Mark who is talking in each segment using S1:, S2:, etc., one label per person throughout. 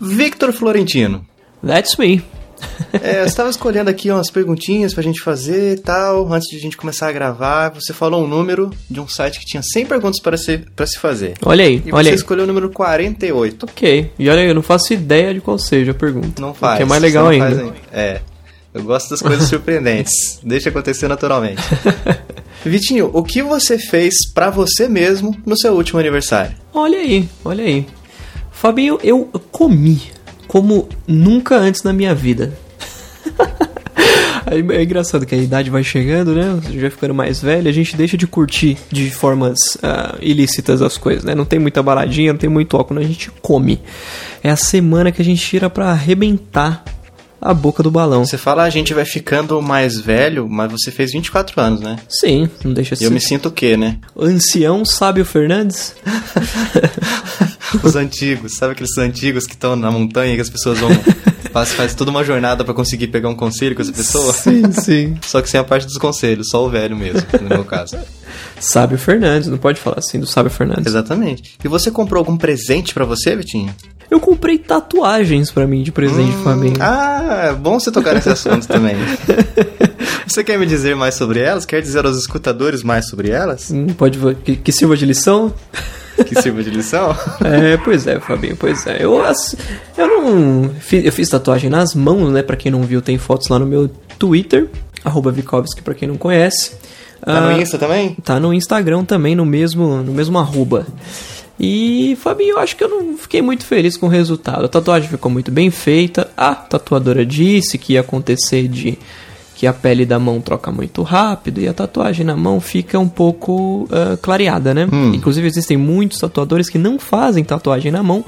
S1: Victor Florentino.
S2: That's me.
S1: É, eu estava escolhendo aqui umas perguntinhas pra gente fazer e tal, antes de a gente começar a gravar. Você falou um número de um site que tinha 100 perguntas para se, para se fazer.
S2: Olha aí,
S1: E
S2: olha
S1: você
S2: aí.
S1: escolheu o número 48.
S2: Ok. E olha aí, eu não faço ideia de qual seja a pergunta.
S1: Não faz.
S2: O que é mais
S1: você
S2: legal
S1: não
S2: ainda.
S1: faz É. Eu gosto das coisas surpreendentes. Deixa acontecer naturalmente. Vitinho, o que você fez pra você mesmo no seu último aniversário?
S2: Olha aí, olha aí. Fabinho, eu comi como nunca antes na minha vida. Aí É engraçado que a idade vai chegando, né? Você já ficando mais velho, a gente deixa de curtir de formas ah, ilícitas as coisas, né? Não tem muita baladinha, não tem muito óculos, a gente come. É a semana que a gente tira pra arrebentar a boca do balão.
S1: Você fala "Ah, a gente vai ficando mais velho, mas você fez 24 anos, né?
S2: Sim, não deixa
S1: E eu
S2: assim.
S1: me sinto o quê, né?
S2: Ancião Sábio Fernandes?
S1: Os antigos, sabe aqueles antigos que estão na montanha que as pessoas vão. faz, faz toda uma jornada pra conseguir pegar um conselho com essa pessoa?
S2: Sim, sim.
S1: Só que sem a parte dos conselhos, só o velho mesmo, no meu caso.
S2: Sábio Fernandes, não pode falar assim do Sábio Fernandes.
S1: Exatamente. E você comprou algum presente pra você, Vitinho?
S2: Eu comprei tatuagens pra mim de presente de família.
S1: Ah, é bom você tocar nesse assunto também. Você quer me dizer mais sobre elas? Quer dizer aos escutadores mais sobre elas?
S2: Hum, Pode que, que sirva de lição?
S1: Que sirva de lição?
S2: É, pois é, Fabinho, pois é. Eu, ass- eu não fiz, eu fiz tatuagem nas mãos, né? Pra quem não viu, tem fotos lá no meu Twitter, arroba Vikovski, pra quem não conhece.
S1: Tá
S2: Ah,
S1: no Insta também?
S2: Tá no Instagram também, no mesmo, no mesmo arroba. E, Fabinho, eu acho que eu não fiquei muito feliz com o resultado. A tatuagem ficou muito bem feita. A tatuadora disse que ia acontecer de que a pele da mão troca muito rápido e a tatuagem na mão fica um pouco ah, clareada, né? Inclusive, existem muitos tatuadores que não fazem tatuagem na mão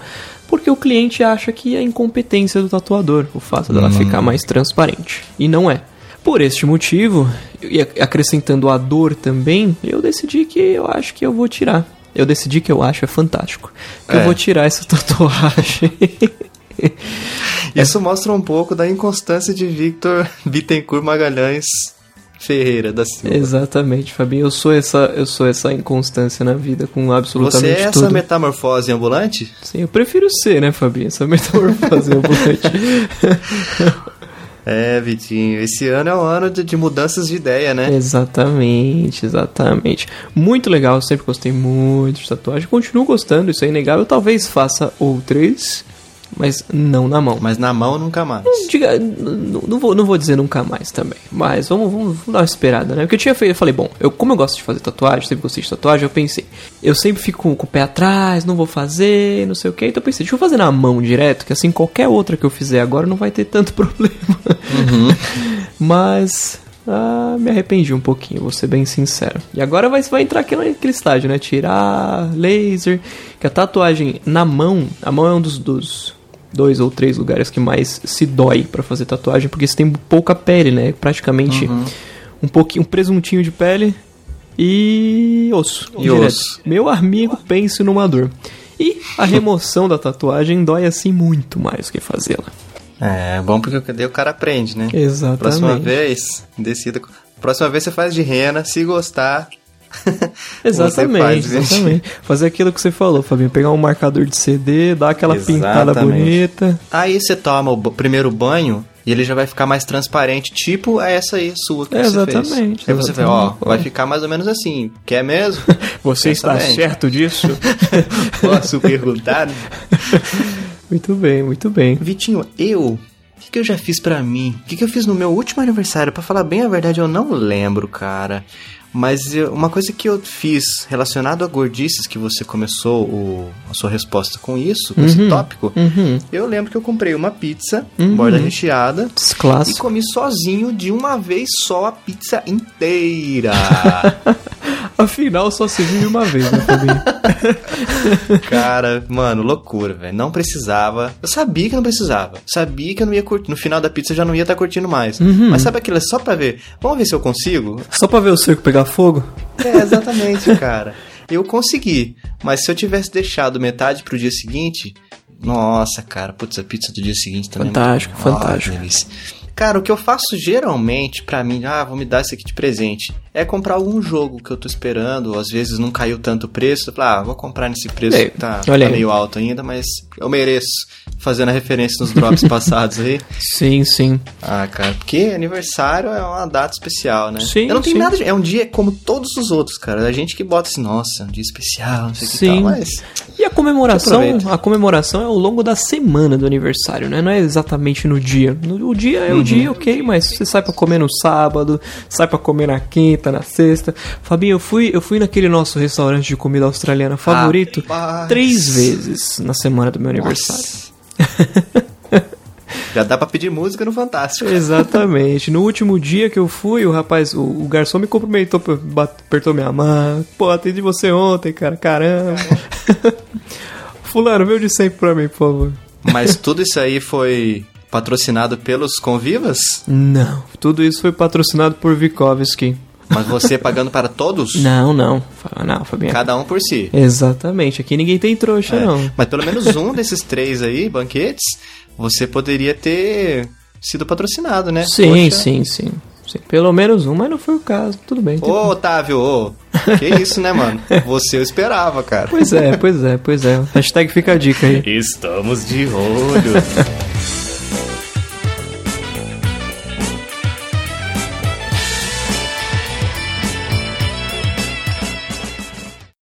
S2: porque o cliente acha que é incompetência do tatuador o fato dela ficar mais transparente. E não é. Por este motivo, e ac- acrescentando a dor também, eu decidi que eu acho que eu vou tirar. Eu decidi que eu acho, é fantástico. Que
S1: É.
S2: eu vou tirar essa tatuagem.
S1: Isso mostra um pouco da inconstância de Victor Bittencourt Magalhães Ferreira da Silva.
S2: Exatamente, Fabinho. Eu sou essa, eu sou essa inconstância na vida com
S1: Você
S2: absolutamente
S1: é essa
S2: tudo.
S1: metamorfose ambulante?
S2: Sim, eu prefiro ser, né, Fabinho? Essa metamorfose ambulante.
S1: É, Vitinho, esse ano é um ano de, de mudanças de ideia, né?
S2: Exatamente, exatamente. Muito legal, eu sempre gostei muito de tatuagem. Continuo gostando, isso é inegável. Talvez faça outras, mas não na mão.
S1: Mas na mão nunca mais.
S2: Diga, n- n- não vou, não vou dizer nunca mais também, mas vamos, vamos, vamos dar uma esperada, né? Porque eu tinha feito, eu falei, bom, eu, como eu gosto de fazer tatuagem, sempre gostei de tatuagem, eu pensei, eu sempre fico com, com o pé atrás, não vou fazer, não sei o que, então eu pensei, deixa eu fazer na mão direto, que assim qualquer outra que eu fizer agora não vai ter tanto problema. mas. ah, me arrependi um pouquinho, vou ser bem sincero. E agora vai, vai entrar aquele, aquele estágio, né? Tirar laser. Que a tatuagem na mão, a mão é um dos, dos dois ou três lugares que mais se dói pra fazer tatuagem, porque você tem pouca pele, né? Praticamente um pouquinho, um presuntinho de pele e osso.
S1: E osso.
S2: Meu amigo, pense numa dor. E a remoção da tatuagem dói assim muito mais que fazê-la.
S1: É, bom porque daí o cara aprende, né?
S2: Exatamente.
S1: Próxima vez, decida. Próxima vez você faz de rena, se gostar.
S2: Exatamente,
S1: você faz, gente.
S2: exatamente. Fazer aquilo que você falou, Fabinho. Pegar um marcador de CD, dar aquela pintada
S1: Exatamente.
S2: bonita.
S1: Aí você toma o ba- primeiro banho e ele já vai ficar mais transparente, tipo essa aí sua que
S2: É,
S1: você fez.
S2: exatamente,
S1: Aí você vai, ó,
S2: exatamente.
S1: vai ficar mais ou menos assim. Quer mesmo?
S2: Você
S1: está Exatamente.
S2: certo disso?
S1: Posso perguntar?
S2: muito bem, muito bem.
S1: Vitinho, eu. O que, que eu já fiz pra mim? O que, que eu fiz no meu último aniversário? Pra falar bem a verdade, eu não lembro, cara. Mas eu- uma coisa que eu fiz relacionado a gordices, que você começou o- a sua resposta com isso, com esse tópico,
S2: Uhum.
S1: eu lembro que eu comprei uma pizza, borda recheada, e
S2: Clássico.
S1: comi sozinho de uma vez só a pizza inteira.
S2: Afinal, só se vive uma vez, né, Fabinho?
S1: Cara, mano, loucura, velho. Não precisava. Eu sabia que não precisava. Sabia que eu não ia curtir. No final da pizza eu já não ia estar curtindo mais. Mas sabe aquilo? é Só pra ver. Vamos ver se eu consigo?
S2: Só pra ver o circo pegar fogo?
S1: É, exatamente, cara. Eu consegui. Mas se eu tivesse deixado metade pro dia seguinte. Nossa, cara. Putz, a pizza do dia seguinte também. é muito
S2: Fantástico,
S1: boa.
S2: fantástico.
S1: Ó, que delícia. Cara, o que eu faço geralmente pra mim, ah, vou me dar isso aqui de presente, é comprar algum jogo que eu tô esperando, às vezes não caiu tanto o preço, eu falo, ah, vou comprar nesse preço
S2: Ei,
S1: que tá,
S2: É, olha
S1: tá
S2: aí.
S1: meio alto ainda, mas eu mereço. fazendo a referência nos drops passados aí.
S2: Sim, sim.
S1: Ah, cara, porque aniversário é uma data especial, né?
S2: Sim,
S1: Eu não tenho
S2: sim.
S1: nada de... É um dia como todos os outros, cara. A gente que bota assim, nossa, é um dia especial, não sei o que
S2: Sim.
S1: tal, mas...
S2: E a comemoração,
S1: Aproveita.
S2: a comemoração é ao longo da semana do aniversário, né? Não é exatamente no dia. No, o dia é o dia, ok, mas você sai pra comer no sábado, sai pra comer na quinta, na sexta. Fabinho, eu fui, eu fui naquele nosso restaurante de comida australiana favorito
S1: Rapaz.
S2: três vezes na semana do meu aniversário.
S1: Nossa. Já dá pra pedir música no Fantástico.
S2: Exatamente. No último dia que eu fui, o rapaz, o, o garçom me cumprimentou, pe- bate- apertou minha mão. Pô, atendi você ontem, cara. Caramba. Fulano, veio de sempre pra mim, por favor.
S1: Mas tudo isso aí foi patrocinado pelos convivas?
S2: Não. Tudo isso foi patrocinado por Vikovski.
S1: Mas você é pagando para todos?
S2: Não, não. Fa- Não, Fabiano.
S1: Cada um por si.
S2: Exatamente. Aqui ninguém tem trouxa,
S1: É,
S2: não.
S1: Mas pelo menos um desses três aí, banquetes, você poderia ter sido patrocinado, né?
S2: Sim,
S1: Poxa.
S2: sim, sim, sim. Pelo menos um, mas não foi o caso. Tudo bem.
S1: Ô, Otávio, ô. Que isso, né, mano? Você eu esperava, cara.
S2: Pois é, pois é, pois é. Hashtag fica a dica aí.
S3: Estamos de olho.